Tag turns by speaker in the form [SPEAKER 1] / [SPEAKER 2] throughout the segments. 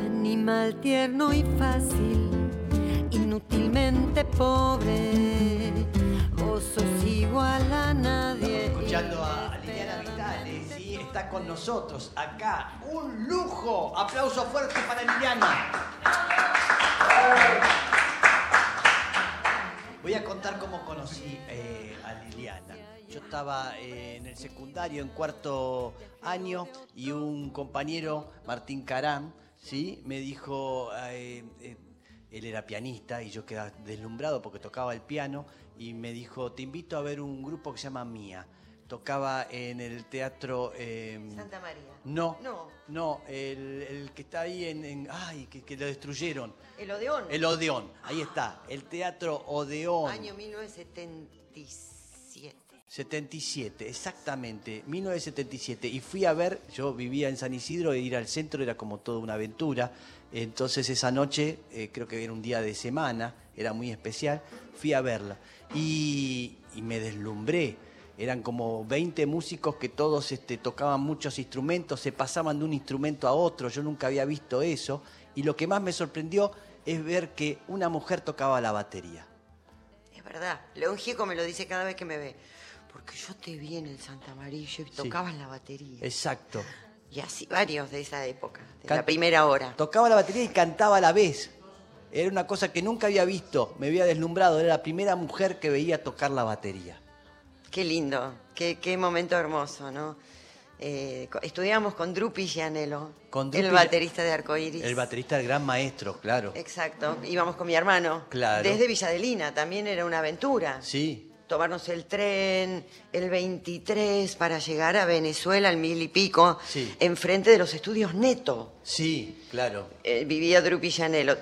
[SPEAKER 1] animal tierno y fácil, inútilmente pobre, vos sos igual a nadie.
[SPEAKER 2] Escuchando a Liliana Vitale, sí, está con nosotros acá. ¡Un lujo! Aplauso fuerte para Liliana. Voy a contar cómo conocí eh, a Liliana. Yo estaba eh, en el secundario, en cuarto año, y un compañero, Martín Carán, ¿sí? me dijo, eh, eh, él era pianista y yo quedaba deslumbrado porque tocaba el piano, y me dijo, te invito a ver un grupo que se llama Mía. Tocaba en el teatro... eh,
[SPEAKER 3] Santa María.
[SPEAKER 2] No,
[SPEAKER 3] No.
[SPEAKER 2] no, el, el que está ahí en... en- ay, que- que lo destruyeron.
[SPEAKER 3] El Odeón.
[SPEAKER 2] El Odeón, ahí está, el Teatro Odeón.
[SPEAKER 3] Año 1977.
[SPEAKER 2] 77, exactamente, 1977. Y fui a ver, yo vivía en San Isidro, e ir al centro era como toda una aventura. Entonces esa noche, eh, creo que era un día de semana, era muy especial, fui a verla. Y, y me deslumbré. Eran como 20 músicos que todos este, tocaban muchos instrumentos, se pasaban de un instrumento a otro, yo nunca había visto eso. Y lo que más me sorprendió es ver que una mujer tocaba la batería.
[SPEAKER 3] Es verdad. León Gieco me lo dice cada vez que me ve. Porque yo te vi en el Santa María y tocabas la batería.
[SPEAKER 2] Exacto.
[SPEAKER 3] Y así varios de esa época, de
[SPEAKER 2] Can-
[SPEAKER 3] la primera hora.
[SPEAKER 2] Tocaba la batería y cantaba a la vez. Era una cosa que nunca había visto, me había deslumbrado, era la primera mujer que veía tocar la batería.
[SPEAKER 3] Qué lindo, qué, qué momento hermoso, ¿no? Eh, co- estudiamos con Drupi Gianello,
[SPEAKER 2] Con Drupi
[SPEAKER 3] el
[SPEAKER 2] Gia-
[SPEAKER 3] baterista de Arcoiris.
[SPEAKER 2] El baterista del gran maestro, claro.
[SPEAKER 3] Eh. Exacto, íbamos con mi hermano.
[SPEAKER 2] Claro.
[SPEAKER 3] Desde Villadelina, también era una aventura.
[SPEAKER 2] Sí,
[SPEAKER 3] Tomarnos el tren, el 23, para llegar a Venezuela, al mil y pico,
[SPEAKER 2] Sí.
[SPEAKER 3] enfrente de los estudios Neto.
[SPEAKER 2] sí, claro.
[SPEAKER 3] Eh, vivía Drupi Gianello.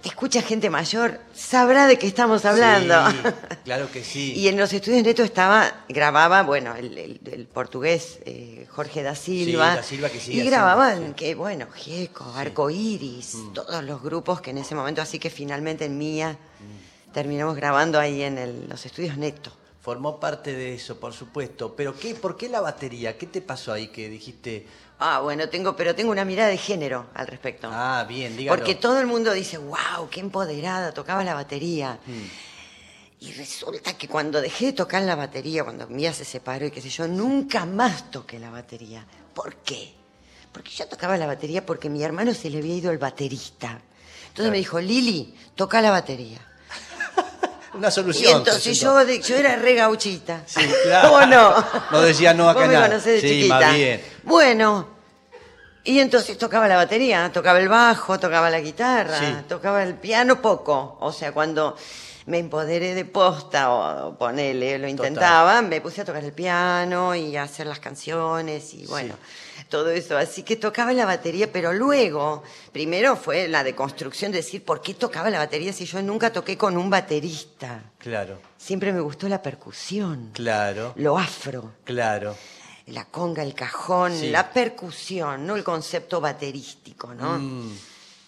[SPEAKER 3] Te escucha gente mayor, sabrá de qué estamos hablando.
[SPEAKER 2] Sí, claro que sí.
[SPEAKER 3] Y en los estudios Neto estaba, grababa, bueno, el, el- el portugués eh, Jorge da Silva.
[SPEAKER 2] Sí, da Silva que sigue
[SPEAKER 3] y
[SPEAKER 2] haciendo,
[SPEAKER 3] grababan,
[SPEAKER 2] sí. Mm.
[SPEAKER 3] que bueno, Gieco, Arcoiris, todos los grupos que en ese momento, así que finalmente en Mía
[SPEAKER 2] Mm.
[SPEAKER 3] terminamos grabando ahí en el- los estudios Neto.
[SPEAKER 2] Formó parte de eso, por supuesto. Pero qué, ¿por qué la batería? ¿Qué te pasó ahí que dijiste?
[SPEAKER 3] Ah, bueno, tengo, pero tengo una mirada de género al respecto.
[SPEAKER 2] Ah, bien, dígalo.
[SPEAKER 3] Porque todo el mundo dice, wow, qué empoderada, tocaba la batería.
[SPEAKER 2] Mm.
[SPEAKER 3] Y resulta que cuando dejé de tocar la batería, cuando Mía se separó y qué sé yo, nunca más toqué la batería. ¿Por qué? Porque yo tocaba la batería porque mi hermano se le había ido el baterista. Entonces me dijo, Lili, toca la batería.
[SPEAKER 2] Una
[SPEAKER 3] Y
[SPEAKER 2] solución.
[SPEAKER 3] entonces
[SPEAKER 2] presentó.
[SPEAKER 3] yo, de- yo era re gauchita.
[SPEAKER 2] Sí, claro.
[SPEAKER 3] ¿Cómo no?
[SPEAKER 2] No decía no acá
[SPEAKER 3] Vos me
[SPEAKER 2] nada.
[SPEAKER 3] conocés
[SPEAKER 2] Sí,
[SPEAKER 3] de chiquita.
[SPEAKER 2] más bien.
[SPEAKER 3] Bueno. Y entonces tocaba la batería, tocaba el bajo, tocaba la guitarra,
[SPEAKER 2] Sí.
[SPEAKER 3] tocaba el piano poco. O sea, cuando me empoderé de posta o, o ponele, lo intentaba, me puse a tocar el piano y a hacer las canciones y bueno, todo eso. Así que tocaba la batería, pero luego, primero fue la deconstrucción de decir, ¿por qué tocaba la batería si yo nunca toqué con un baterista?
[SPEAKER 2] Claro,
[SPEAKER 3] Siempre me gustó la percusión,
[SPEAKER 2] claro,
[SPEAKER 3] lo afro,
[SPEAKER 2] claro.
[SPEAKER 3] la conga, el cajón,
[SPEAKER 2] Sí.
[SPEAKER 3] la percusión, no el concepto baterístico, ¿no?
[SPEAKER 2] Mm.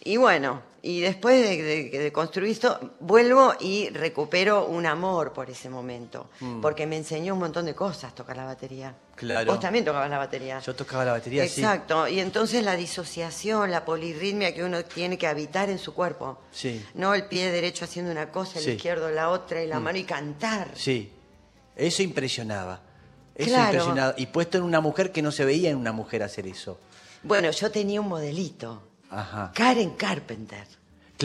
[SPEAKER 3] Y bueno, y después de, de- de construir esto, vuelvo y recupero un amor por ese momento, porque me enseñó un montón de cosas tocar la batería.
[SPEAKER 2] Mm. Claro.
[SPEAKER 3] Vos también tocabas la batería.
[SPEAKER 2] Yo tocaba la batería, sí.
[SPEAKER 3] Exacto, y entonces la disociación, la polirritmia que uno tiene que habitar en su cuerpo.
[SPEAKER 2] Sí.
[SPEAKER 3] No el pie derecho haciendo una cosa, el
[SPEAKER 2] Sí. Mm.
[SPEAKER 3] izquierdo la otra y la mano y cantar.
[SPEAKER 2] Sí, eso impresionaba. Eso
[SPEAKER 3] Claro.
[SPEAKER 2] impresionaba. Y puesto en una mujer que no se veía en una mujer hacer eso.
[SPEAKER 3] Bueno, yo tenía un modelito,
[SPEAKER 2] Ajá.
[SPEAKER 3] Karen Carpenter.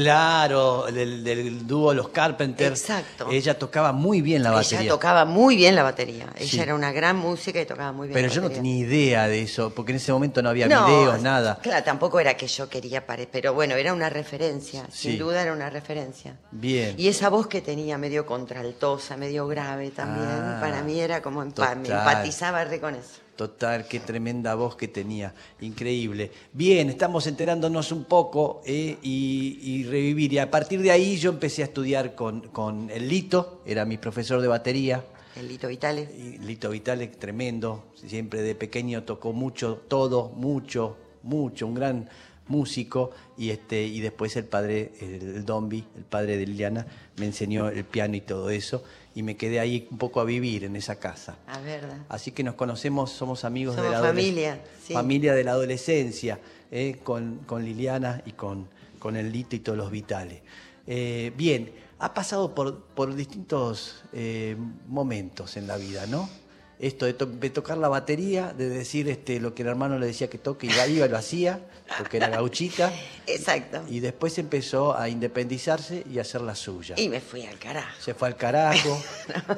[SPEAKER 2] Claro, del, del dúo Los Carpenters.
[SPEAKER 3] Exacto.
[SPEAKER 2] Ella tocaba muy bien la batería.
[SPEAKER 3] Ella tocaba muy bien la batería. Ella
[SPEAKER 2] Sí.
[SPEAKER 3] era una gran música y tocaba muy bien
[SPEAKER 2] Pero
[SPEAKER 3] la
[SPEAKER 2] yo no
[SPEAKER 3] batería.
[SPEAKER 2] tenía idea de eso, porque en ese momento no había
[SPEAKER 3] No,
[SPEAKER 2] videos, nada.
[SPEAKER 3] Claro, tampoco era que yo quería parecer, pero bueno, era una referencia,
[SPEAKER 2] Sí.
[SPEAKER 3] sin duda era una referencia.
[SPEAKER 2] Bien.
[SPEAKER 3] Y esa voz que tenía medio contraltosa, medio grave también,
[SPEAKER 2] Ah,
[SPEAKER 3] para mí era como empa- me
[SPEAKER 2] total.
[SPEAKER 3] empatizaba re con eso.
[SPEAKER 2] Total, qué tremenda voz que tenía, increíble. Bien, estamos enterándonos un poco eh, y, y revivir. Y a partir de ahí yo empecé a estudiar con, con el Lito, era mi profesor de batería,
[SPEAKER 3] El Lito Vitales.
[SPEAKER 2] Y Lito Vitale, tremendo, siempre de pequeño tocó mucho, todo, mucho, mucho, un gran músico. Y, este, y después el padre, el Dombi, el padre de Liliana, me enseñó el piano y todo eso. Y me quedé ahí un poco a vivir en esa casa.
[SPEAKER 3] A ver, da.
[SPEAKER 2] Así que nos conocemos, somos amigos de
[SPEAKER 3] Somos
[SPEAKER 2] la adolesc-
[SPEAKER 3] familia, sí.
[SPEAKER 2] familia de la adolescencia, eh, con, con Liliana y con, con el Lito y todos los vitales. Eh, bien, ha pasado por, por distintos eh, momentos en la vida, ¿no? Esto de, to- de tocar la batería, de decir este, lo que el hermano le decía que toque, iba, iba y lo hacía, porque era gauchita,
[SPEAKER 3] Exacto.
[SPEAKER 2] y después empezó a independizarse y a hacer la suya.
[SPEAKER 3] Y me fui al carajo.
[SPEAKER 2] Se fue al carajo,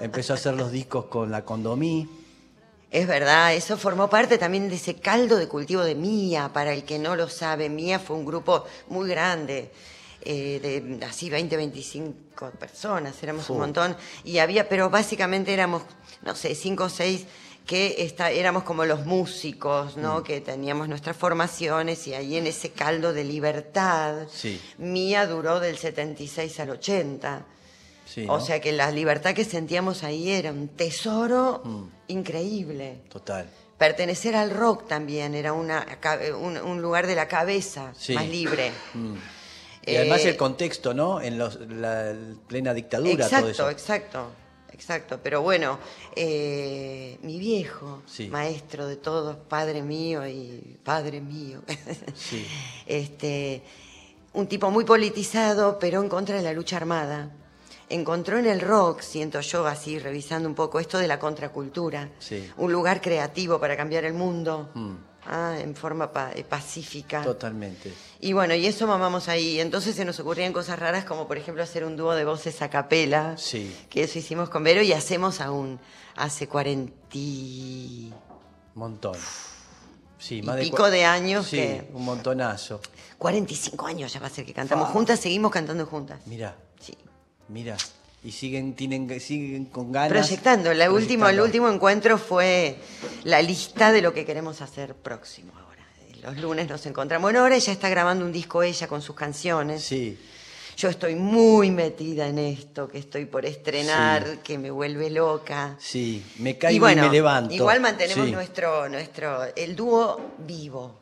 [SPEAKER 2] empezó a hacer los discos con la condomí.
[SPEAKER 3] Es verdad, eso formó parte también de ese caldo de cultivo de Mía, para el que no lo sabe, Mía fue un grupo muy grande, eh, de así 20, 25 personas, éramos un
[SPEAKER 2] Fu.
[SPEAKER 3] montón, y había, pero básicamente éramos, no sé, 5 o 6 que está, éramos como los músicos,
[SPEAKER 2] Mm.
[SPEAKER 3] ¿no? Que teníamos nuestras formaciones y ahí en ese caldo de libertad,
[SPEAKER 2] Sí.
[SPEAKER 3] Mía duró del 76 al 80.
[SPEAKER 2] Sí,
[SPEAKER 3] O
[SPEAKER 2] ¿no?
[SPEAKER 3] sea que la libertad que sentíamos ahí era un tesoro
[SPEAKER 2] Mm.
[SPEAKER 3] increíble.
[SPEAKER 2] Total.
[SPEAKER 3] Pertenecer al rock también era una, ca- un, un lugar de la cabeza
[SPEAKER 2] Sí.
[SPEAKER 3] más libre.
[SPEAKER 2] Y además
[SPEAKER 3] Mm. Eh,
[SPEAKER 2] el contexto, ¿no? En los- la plena dictadura,
[SPEAKER 3] exacto,
[SPEAKER 2] todo eso.
[SPEAKER 3] exacto, exacto. Pero bueno, eh, mi viejo,
[SPEAKER 2] Sí.
[SPEAKER 3] maestro de todos, padre mío y padre mío.
[SPEAKER 2] Sí.
[SPEAKER 3] este, un tipo muy politizado, pero en contra de la lucha armada. Encontró en el rock, siento yo así, revisando un poco esto de la contracultura,
[SPEAKER 2] Sí.
[SPEAKER 3] un lugar creativo para cambiar el mundo,
[SPEAKER 2] Mm.
[SPEAKER 3] ah, en forma pa- eh, pacífica.
[SPEAKER 2] Totalmente.
[SPEAKER 3] Y bueno, y eso mamamos ahí. Entonces se nos ocurrían cosas raras como, por ejemplo, hacer un dúo de voces a capela,
[SPEAKER 2] Sí.
[SPEAKER 3] que eso hicimos con Vero y hacemos aún, hace 40... y-
[SPEAKER 2] Montón. Sí,
[SPEAKER 3] Y
[SPEAKER 2] más de
[SPEAKER 3] pico
[SPEAKER 2] cua-
[SPEAKER 3] de años
[SPEAKER 2] Sí,
[SPEAKER 3] que-
[SPEAKER 2] un montonazo.
[SPEAKER 3] 45 años ya va a ser que cantamos
[SPEAKER 2] Fa.
[SPEAKER 3] juntas, seguimos cantando juntas.
[SPEAKER 2] Mira,
[SPEAKER 3] Sí.
[SPEAKER 2] mira. Y siguen, tienen, siguen con ganas.
[SPEAKER 3] Proyectando. La última, el
[SPEAKER 2] proyectando.
[SPEAKER 3] último encuentro fue la lista de lo que queremos hacer próximo ahora. Los lunes nos encontramos. Bueno, ahora ella está grabando un disco ella con sus canciones.
[SPEAKER 2] Sí,
[SPEAKER 3] Yo estoy muy metida en esto, que estoy por estrenar,
[SPEAKER 2] Sí.
[SPEAKER 3] que me vuelve loca.
[SPEAKER 2] sí. Me caigo y,
[SPEAKER 3] bueno,
[SPEAKER 2] me levanto.
[SPEAKER 3] Igual mantenemos
[SPEAKER 2] Sí.
[SPEAKER 3] nuestro, nuestro, el dúo vivo.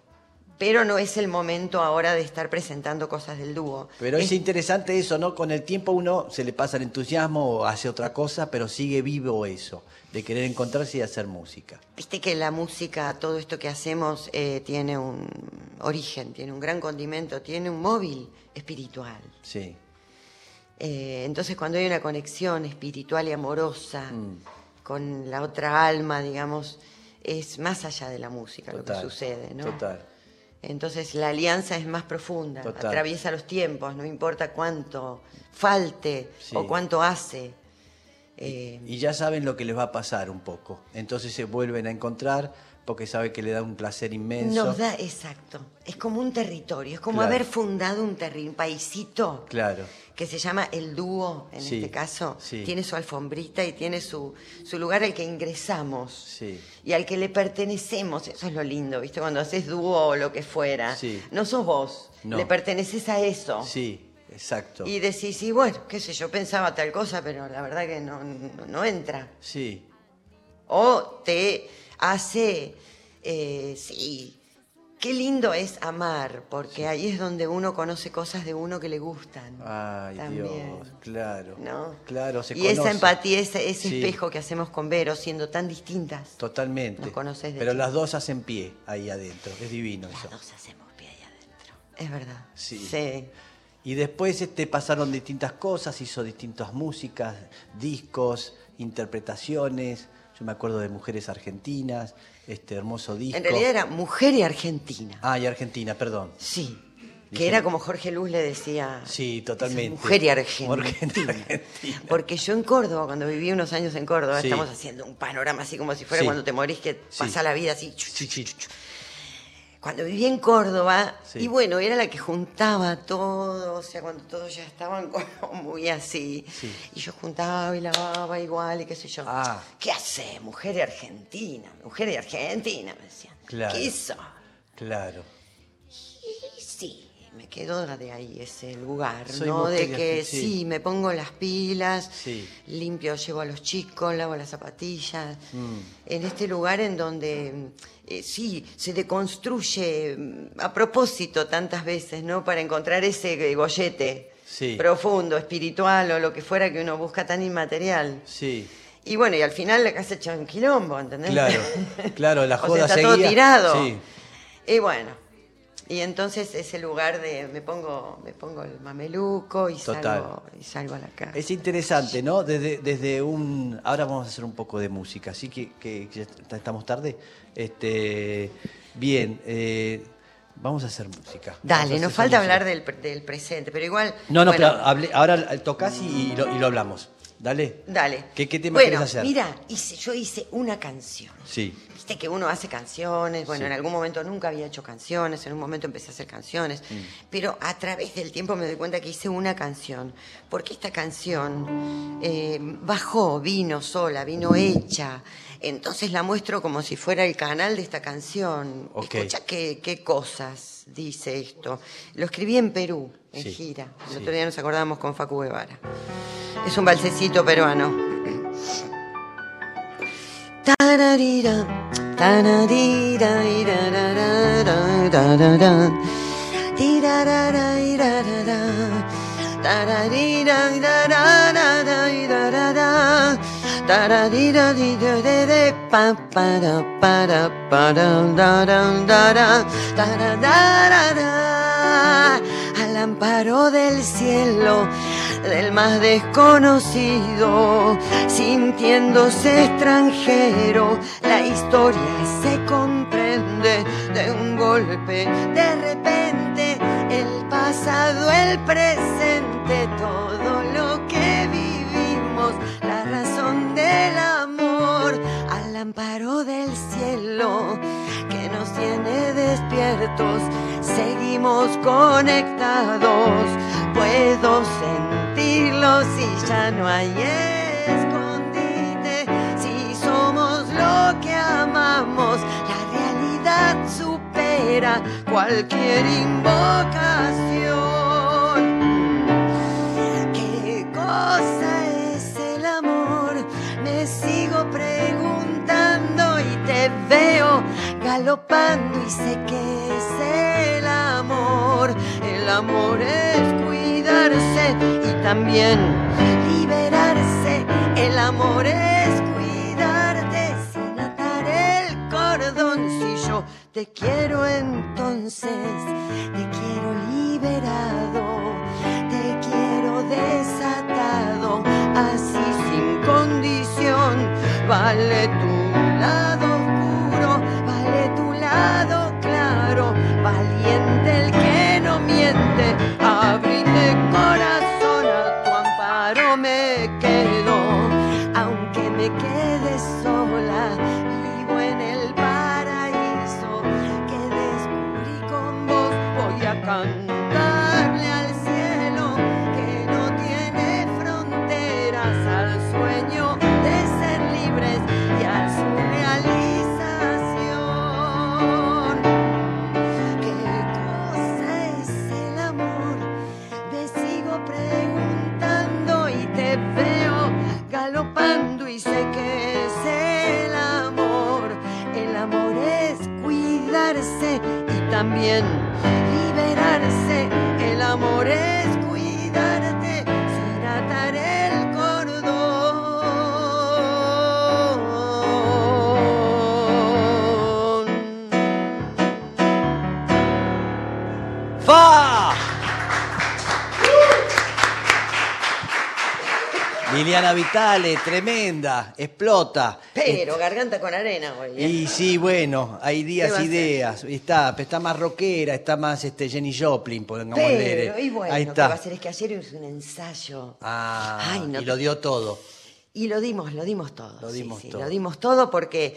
[SPEAKER 3] Pero no es el momento ahora de estar presentando cosas del dúo. Este
[SPEAKER 2] Pero es
[SPEAKER 3] Es-
[SPEAKER 2] interesante eso, ¿no? Con el tiempo uno se le pasa el entusiasmo o hace otra cosa, pero sigue vivo eso, de querer encontrarse y hacer música.
[SPEAKER 3] Viste que la música, todo esto que hacemos, eh, tiene un origen, tiene un gran condimento, tiene un móvil espiritual.
[SPEAKER 2] Sí.
[SPEAKER 3] Eh, entonces, cuando hay una conexión espiritual y amorosa
[SPEAKER 2] Mm.
[SPEAKER 3] con la otra alma, digamos, es más allá de la música
[SPEAKER 2] Total,
[SPEAKER 3] lo que sucede, ¿no?
[SPEAKER 2] Total.
[SPEAKER 3] Entonces, la alianza es más profunda,
[SPEAKER 2] Total.
[SPEAKER 3] atraviesa los tiempos, no importa cuánto falte
[SPEAKER 2] Sí.
[SPEAKER 3] o cuánto hace. Eh,
[SPEAKER 2] Y ya saben lo que les va a pasar un poco. Entonces se vuelven a encontrar porque sabe que le da un placer inmenso.
[SPEAKER 3] Nos da, exacto. Es como un territorio, es como
[SPEAKER 2] Claro.
[SPEAKER 3] haber fundado un, terri- un paisito
[SPEAKER 2] Claro.
[SPEAKER 3] que se llama el dúo, en
[SPEAKER 2] Sí,
[SPEAKER 3] este caso.
[SPEAKER 2] sí.
[SPEAKER 3] Tiene su alfombrita y tiene su, su lugar al que ingresamos.
[SPEAKER 2] Sí.
[SPEAKER 3] Y al que le pertenecemos, eso es lo lindo, ¿viste? Cuando haces dúo o lo que fuera,
[SPEAKER 2] Sí.
[SPEAKER 3] no sos vos,
[SPEAKER 2] No.
[SPEAKER 3] le perteneces a eso.
[SPEAKER 2] Sí, exacto.
[SPEAKER 3] Y decís, y bueno, qué sé yo, pensaba tal cosa, pero la verdad que no, no- no entra.
[SPEAKER 2] Sí,
[SPEAKER 3] o te hace, eh, sí, qué lindo es amar, porque ahí es donde uno conoce cosas de uno que le gustan.
[SPEAKER 2] Ay,
[SPEAKER 3] también,
[SPEAKER 2] Dios, claro.
[SPEAKER 3] ¿no?
[SPEAKER 2] Claro, se
[SPEAKER 3] y esa
[SPEAKER 2] conoce.
[SPEAKER 3] empatía, ese, ese
[SPEAKER 2] Sí.
[SPEAKER 3] espejo que hacemos con Vero, siendo tan distintas,
[SPEAKER 2] Totalmente.
[SPEAKER 3] Nos conoces de
[SPEAKER 2] Pero
[SPEAKER 3] chico.
[SPEAKER 2] las dos hacen pie ahí adentro. Es divino eso.
[SPEAKER 3] las dos hacemos pie ahí adentro. Es verdad.
[SPEAKER 2] Sí. Y después este, pasaron distintas cosas, hizo distintas músicas, discos, interpretaciones. Yo me acuerdo de Mujeres Argentinas, este hermoso disco.
[SPEAKER 3] En realidad era mujer y argentina.
[SPEAKER 2] Ah, y Argentina, perdón.
[SPEAKER 3] Sí. Que
[SPEAKER 2] Dije-
[SPEAKER 3] era como Jorge Luz le decía.
[SPEAKER 2] Sí,
[SPEAKER 3] esa
[SPEAKER 2] totalmente.
[SPEAKER 3] Mujer y argentina.
[SPEAKER 2] Mujer y argentina.
[SPEAKER 3] Porque yo en Córdoba, cuando viví unos años en Córdoba,
[SPEAKER 2] Sí.
[SPEAKER 3] estamos haciendo un panorama así como si fuera
[SPEAKER 2] Sí.
[SPEAKER 3] cuando te morís que
[SPEAKER 2] Sí.
[SPEAKER 3] pasa la vida así. chu, chu,
[SPEAKER 2] Sí, sí.
[SPEAKER 3] cuando viví en Córdoba,
[SPEAKER 2] Sí.
[SPEAKER 3] y bueno, era la que juntaba todo, o sea, cuando todos ya estaban como muy así.
[SPEAKER 2] Sí.
[SPEAKER 3] Y yo juntaba y lavaba igual y qué sé yo.
[SPEAKER 2] Ah.
[SPEAKER 3] ¿Qué hace? Mujer y argentina, mujer y argentina, me decían.
[SPEAKER 2] Claro.
[SPEAKER 3] ¿Qué hizo?
[SPEAKER 2] Claro.
[SPEAKER 3] Y sí, me quedo de ahí ese lugar,
[SPEAKER 2] Soy
[SPEAKER 3] ¿no?
[SPEAKER 2] mujer
[SPEAKER 3] De
[SPEAKER 2] y
[SPEAKER 3] que
[SPEAKER 2] argen- sí.
[SPEAKER 3] sí, me pongo las pilas,
[SPEAKER 2] Sí.
[SPEAKER 3] limpio, llevo a los chicos, lavo las zapatillas.
[SPEAKER 2] Mm.
[SPEAKER 3] En este lugar en donde eh, sí, se deconstruye mm, a propósito tantas veces, ¿no? Para encontrar ese eh, gollete
[SPEAKER 2] Sí.
[SPEAKER 3] profundo, espiritual o lo que fuera que uno busca tan inmaterial.
[SPEAKER 2] Sí.
[SPEAKER 3] Y bueno, y al final la casa echó un quilombo, ¿entendés?
[SPEAKER 2] Claro, claro, la
[SPEAKER 3] O sea,
[SPEAKER 2] joda
[SPEAKER 3] está todo
[SPEAKER 2] seguía.
[SPEAKER 3] tirado.
[SPEAKER 2] Sí.
[SPEAKER 3] Y bueno, Y entonces ese lugar de me pongo, me pongo el mameluco y
[SPEAKER 2] Total.
[SPEAKER 3] salgo, y salgo a la calle.
[SPEAKER 2] Es interesante, ¿no? Desde, desde un. Ahora vamos a hacer un poco de música, así que, que ya est- estamos tarde. Este, bien, eh, vamos a hacer música. Vamos a
[SPEAKER 3] Dale,
[SPEAKER 2] hacer
[SPEAKER 3] nos falta
[SPEAKER 2] música.
[SPEAKER 3] hablar del, pre- del presente, pero igual.
[SPEAKER 2] No, no,
[SPEAKER 3] bueno,
[SPEAKER 2] pero hablé- ahora tocas y, y lo, y lo hablamos. Dale.
[SPEAKER 3] Dale.
[SPEAKER 2] ¿Qué, qué tema
[SPEAKER 3] bueno,
[SPEAKER 2] querés hacer?
[SPEAKER 3] Mira, hice- yo hice una canción.
[SPEAKER 2] Sí.
[SPEAKER 3] Viste que uno hace canciones, bueno,
[SPEAKER 2] Sí.
[SPEAKER 3] en algún momento nunca había hecho canciones, en un momento empecé a hacer canciones,
[SPEAKER 2] Mm.
[SPEAKER 3] pero a través del tiempo me doy cuenta que hice una canción, porque esta canción eh, bajó, vino sola,
[SPEAKER 2] Mm.
[SPEAKER 3] vino hecha, entonces la muestro como si fuera el canal de esta canción.
[SPEAKER 2] Ok.
[SPEAKER 3] Escucha qué, qué cosas dice esto. Lo escribí en Perú, en
[SPEAKER 2] Sí,
[SPEAKER 3] gira, el
[SPEAKER 2] sí.
[SPEAKER 3] otro día nos acordamos con Facu Guevara. Es un balsecito peruano. Tararira, tararira, irararara, tarara, tirarara, irarara, tararira, irararara, irarara, tararira, direrere, pa, para, para, para, dara, dara, tararara, al amparo del cielo, del más desconocido, sintiéndose extranjero, la historia se comprende de un golpe, de repente, el pasado, el presente, todo lo que vivimos, la razón del amor, al amparo del cielo, que nos tiene despiertos, seguimos conectados, puedo sentirlos y ya no hay escondite, si somos lo que amamos, la realidad supera cualquier invocación. ¿Qué cosa es el amor? Me sigo preguntando y te veo galopando y sé que es el amor. El amor es cuidarse y también liberarse. El amor es cuidarte sin atar el cordón. Si yo te quiero entonces, te quiero liberado. Te quiero desatado, así sin condición. Vale tu lado oscuro, vale tu lado claro. Valiente el que no miente, abrite corazón, a tu amparo me quedo. Aunque me quede sola, vivo en el paraíso que descubrí con vos. Voy a cantarle al cielo que no tiene fronteras, al sueño de ser libres y a su realización. ¿Qué cosa es el amor? Te sigo preguntando y te veo galopando y sé que es el amor. El amor es cuidarse y también liberarse. El amor es cuidarte sin atar el cordón.
[SPEAKER 2] ¡Fa! Liliana Vitale, tremenda, explota.
[SPEAKER 3] Pero garganta con arena, güey. ¿eh?
[SPEAKER 2] Este. Y sí, bueno, hay
[SPEAKER 3] ¿Qué va
[SPEAKER 2] días
[SPEAKER 3] a
[SPEAKER 2] y
[SPEAKER 3] hacer?
[SPEAKER 2] ideas. Está, está más rockera, está más este, Jenny Joplin, pongámosle.
[SPEAKER 3] Pero, y bueno,
[SPEAKER 2] eh. Ahí
[SPEAKER 3] ¿qué va a
[SPEAKER 2] está.
[SPEAKER 3] hacer? Es que ayer hice un ensayo.
[SPEAKER 2] Ah,
[SPEAKER 3] Ay,
[SPEAKER 2] y
[SPEAKER 3] no te-
[SPEAKER 2] lo dio todo.
[SPEAKER 3] Y lo dimos, lo dimos todo.
[SPEAKER 2] Lo
[SPEAKER 3] sí,
[SPEAKER 2] dimos
[SPEAKER 3] sí,
[SPEAKER 2] todo.
[SPEAKER 3] Lo dimos todo porque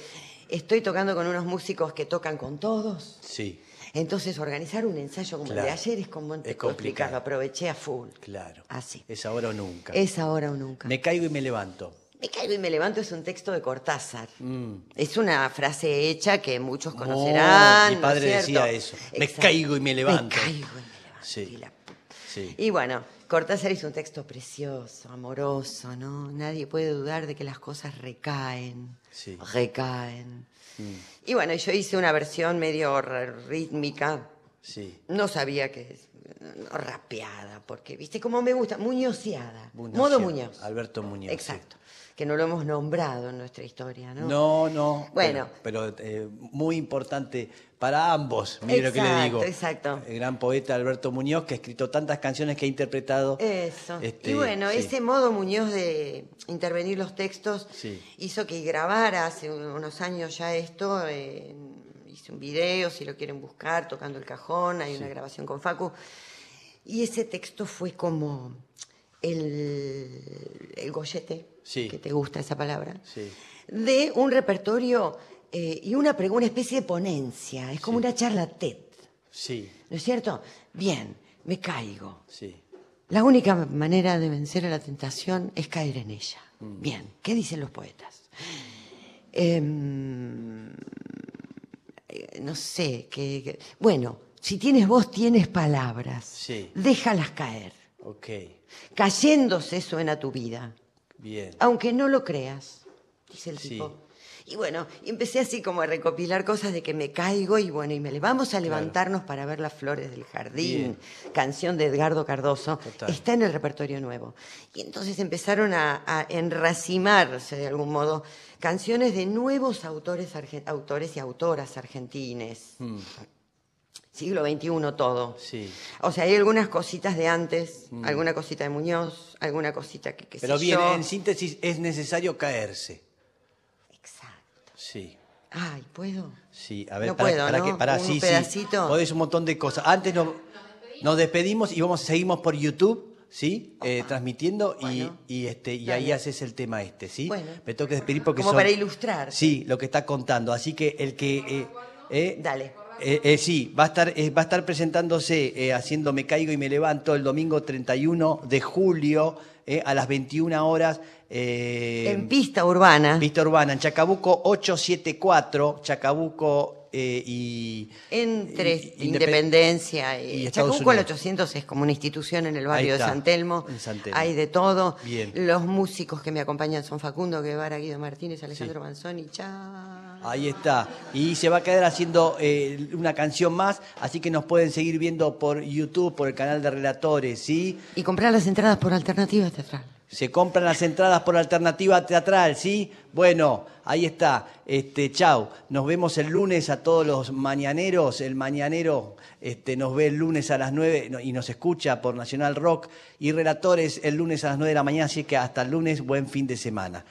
[SPEAKER 3] estoy tocando con unos músicos que tocan con todos.
[SPEAKER 2] Sí,
[SPEAKER 3] Entonces, organizar un ensayo como el
[SPEAKER 2] Claro.
[SPEAKER 3] de ayer es como no te
[SPEAKER 2] Es
[SPEAKER 3] puedo
[SPEAKER 2] complicado.
[SPEAKER 3] explicar, Lo aproveché a full.
[SPEAKER 2] claro.
[SPEAKER 3] Así.
[SPEAKER 2] Es ahora o nunca.
[SPEAKER 3] Ah, Es ahora o nunca.
[SPEAKER 2] Me caigo y me levanto. Mm,
[SPEAKER 3] Me caigo y me levanto es un texto de Cortázar. Es una frase hecha que muchos conocerán.
[SPEAKER 2] Oh, mi
[SPEAKER 3] ¿no es
[SPEAKER 2] padre decía
[SPEAKER 3] cierto?
[SPEAKER 2] eso. Me
[SPEAKER 3] Exacto.
[SPEAKER 2] caigo y me levanto.
[SPEAKER 3] Me caigo y me levanto.
[SPEAKER 2] Sí.
[SPEAKER 3] Y, la pu-
[SPEAKER 2] Sí.
[SPEAKER 3] Y bueno, Cortázar hizo un texto precioso, amoroso, ¿no? Nadie puede dudar de que las cosas recaen.
[SPEAKER 2] Sí. Mm.
[SPEAKER 3] Recaen. Y bueno, yo hice una versión medio r- rítmica.
[SPEAKER 2] Sí.
[SPEAKER 3] No sabía que es. no, rapeada, porque, viste, como me gusta, muñoceada.
[SPEAKER 2] Muñoz,
[SPEAKER 3] modo
[SPEAKER 2] sí,
[SPEAKER 3] Muñoz.
[SPEAKER 2] Alberto Muñoz. sí.
[SPEAKER 3] Exacto. que no lo hemos nombrado en nuestra historia, ¿no?
[SPEAKER 2] No, no.
[SPEAKER 3] Bueno.
[SPEAKER 2] Pero, pero, eh, muy importante para ambos, mire lo que le
[SPEAKER 3] Exacto,
[SPEAKER 2] digo.
[SPEAKER 3] exacto.
[SPEAKER 2] El gran poeta Alberto Muñoz, que ha escrito tantas canciones que ha interpretado.
[SPEAKER 3] Eso.
[SPEAKER 2] Este,
[SPEAKER 3] y bueno,
[SPEAKER 2] sí.
[SPEAKER 3] ese modo Muñoz de intervenir los textos
[SPEAKER 2] Sí.
[SPEAKER 3] hizo que grabara hace un- unos años ya esto. eh, hice un video, si lo quieren buscar, tocando el cajón. Hay una grabación con Facu. Y ese texto fue como el, el gollete,
[SPEAKER 2] Sí.
[SPEAKER 3] que te gusta esa palabra,
[SPEAKER 2] Sí.
[SPEAKER 3] de un repertorio eh, y una, pre- una especie de ponencia. Es como una charla TED,
[SPEAKER 2] Sí,
[SPEAKER 3] ¿no es cierto? Bien, me caigo.
[SPEAKER 2] sí.
[SPEAKER 3] La única manera de vencer a la tentación es caer en ella. Bien, ¿qué dicen los poetas? Em, eh, no sé, que, que- bueno, si tienes voz, tienes palabras.
[SPEAKER 2] Sí.
[SPEAKER 3] Déjalas caer.
[SPEAKER 2] Ok,
[SPEAKER 3] Cayéndose suena tu vida,
[SPEAKER 2] bien.
[SPEAKER 3] aunque no lo creas, dice el
[SPEAKER 2] Sí.
[SPEAKER 3] tipo. Y bueno, y empecé así como a recopilar cosas de que me caigo y bueno, y me le- vamos a levantarnos para ver las flores del jardín, canción de Edgardo Cardoso,
[SPEAKER 2] Total.
[SPEAKER 3] está en el repertorio nuevo. Y entonces empezaron a, a enracimarse de algún modo canciones de nuevos autores, arge- autores y autoras argentines.
[SPEAKER 2] Mm,
[SPEAKER 3] Siglo XXI todo.
[SPEAKER 2] sí. Mm.
[SPEAKER 3] O sea, hay algunas cositas de antes, alguna cosita de Muñoz, alguna cosita que, que
[SPEAKER 2] Pero bien,
[SPEAKER 3] yo.
[SPEAKER 2] en síntesis, es necesario caerse.
[SPEAKER 3] Exacto.
[SPEAKER 2] Sí.
[SPEAKER 3] Ay, ¿puedo?
[SPEAKER 2] Sí, a ver,
[SPEAKER 3] No
[SPEAKER 2] para,
[SPEAKER 3] puedo,
[SPEAKER 2] para
[SPEAKER 3] ¿no?
[SPEAKER 2] que, para,
[SPEAKER 3] Un
[SPEAKER 2] sí,
[SPEAKER 3] pedacito.
[SPEAKER 2] sí. Podés un montón de cosas. Antes nos, nos despedimos y vamos, seguimos por YouTube, ¿sí? Eh, transmitiendo y-
[SPEAKER 3] Bueno.
[SPEAKER 2] y, este, y
[SPEAKER 3] Dale.
[SPEAKER 2] ahí haces el tema este, ¿sí?
[SPEAKER 3] Bueno.
[SPEAKER 2] Me tengo que despedir porque
[SPEAKER 3] Como
[SPEAKER 2] son-
[SPEAKER 3] para ilustrar.
[SPEAKER 2] Sí, lo que está contando. Así que el que. eh, eh,
[SPEAKER 3] Dale.
[SPEAKER 2] eh, eh, sí, va a estar, eh, va a estar presentándose eh, haciendo Me Caigo y Me Levanto el domingo 31 de julio eh, a las 21 horas. eh,
[SPEAKER 3] en pista urbana.
[SPEAKER 2] Vista Urbana, en Chacabuco 874, Chacabuco eh, y...
[SPEAKER 3] entre
[SPEAKER 2] y-
[SPEAKER 3] Independencia
[SPEAKER 2] y
[SPEAKER 3] y,
[SPEAKER 2] Estados
[SPEAKER 3] Chacabuco al
[SPEAKER 2] Unidos.
[SPEAKER 3] 800 es como una institución en el barrio
[SPEAKER 2] Ahí
[SPEAKER 3] de
[SPEAKER 2] está,
[SPEAKER 3] San Telmo.
[SPEAKER 2] en San Telmo.
[SPEAKER 3] Hay de todo.
[SPEAKER 2] Bien.
[SPEAKER 3] Los músicos que me acompañan son Facundo Guevara, Guido Martínez, Alejandro Manzoni. Chao.
[SPEAKER 2] Ahí está. Y se va a quedar haciendo eh, una canción más, así que nos pueden seguir viendo por YouTube, por el canal de Relatores, ¿sí?
[SPEAKER 3] Y comprar las entradas por alternativa teatral.
[SPEAKER 2] Se compran las entradas por alternativa teatral, ¿sí? Bueno, ahí está. Este, chau. Nos vemos el lunes a todos los mañaneros. El mañanero este, nos ve el lunes a las 9 no, y nos escucha por Nacional Rock y Relatores el lunes a las 9 de la mañana. Así que hasta el lunes, buen fin de semana.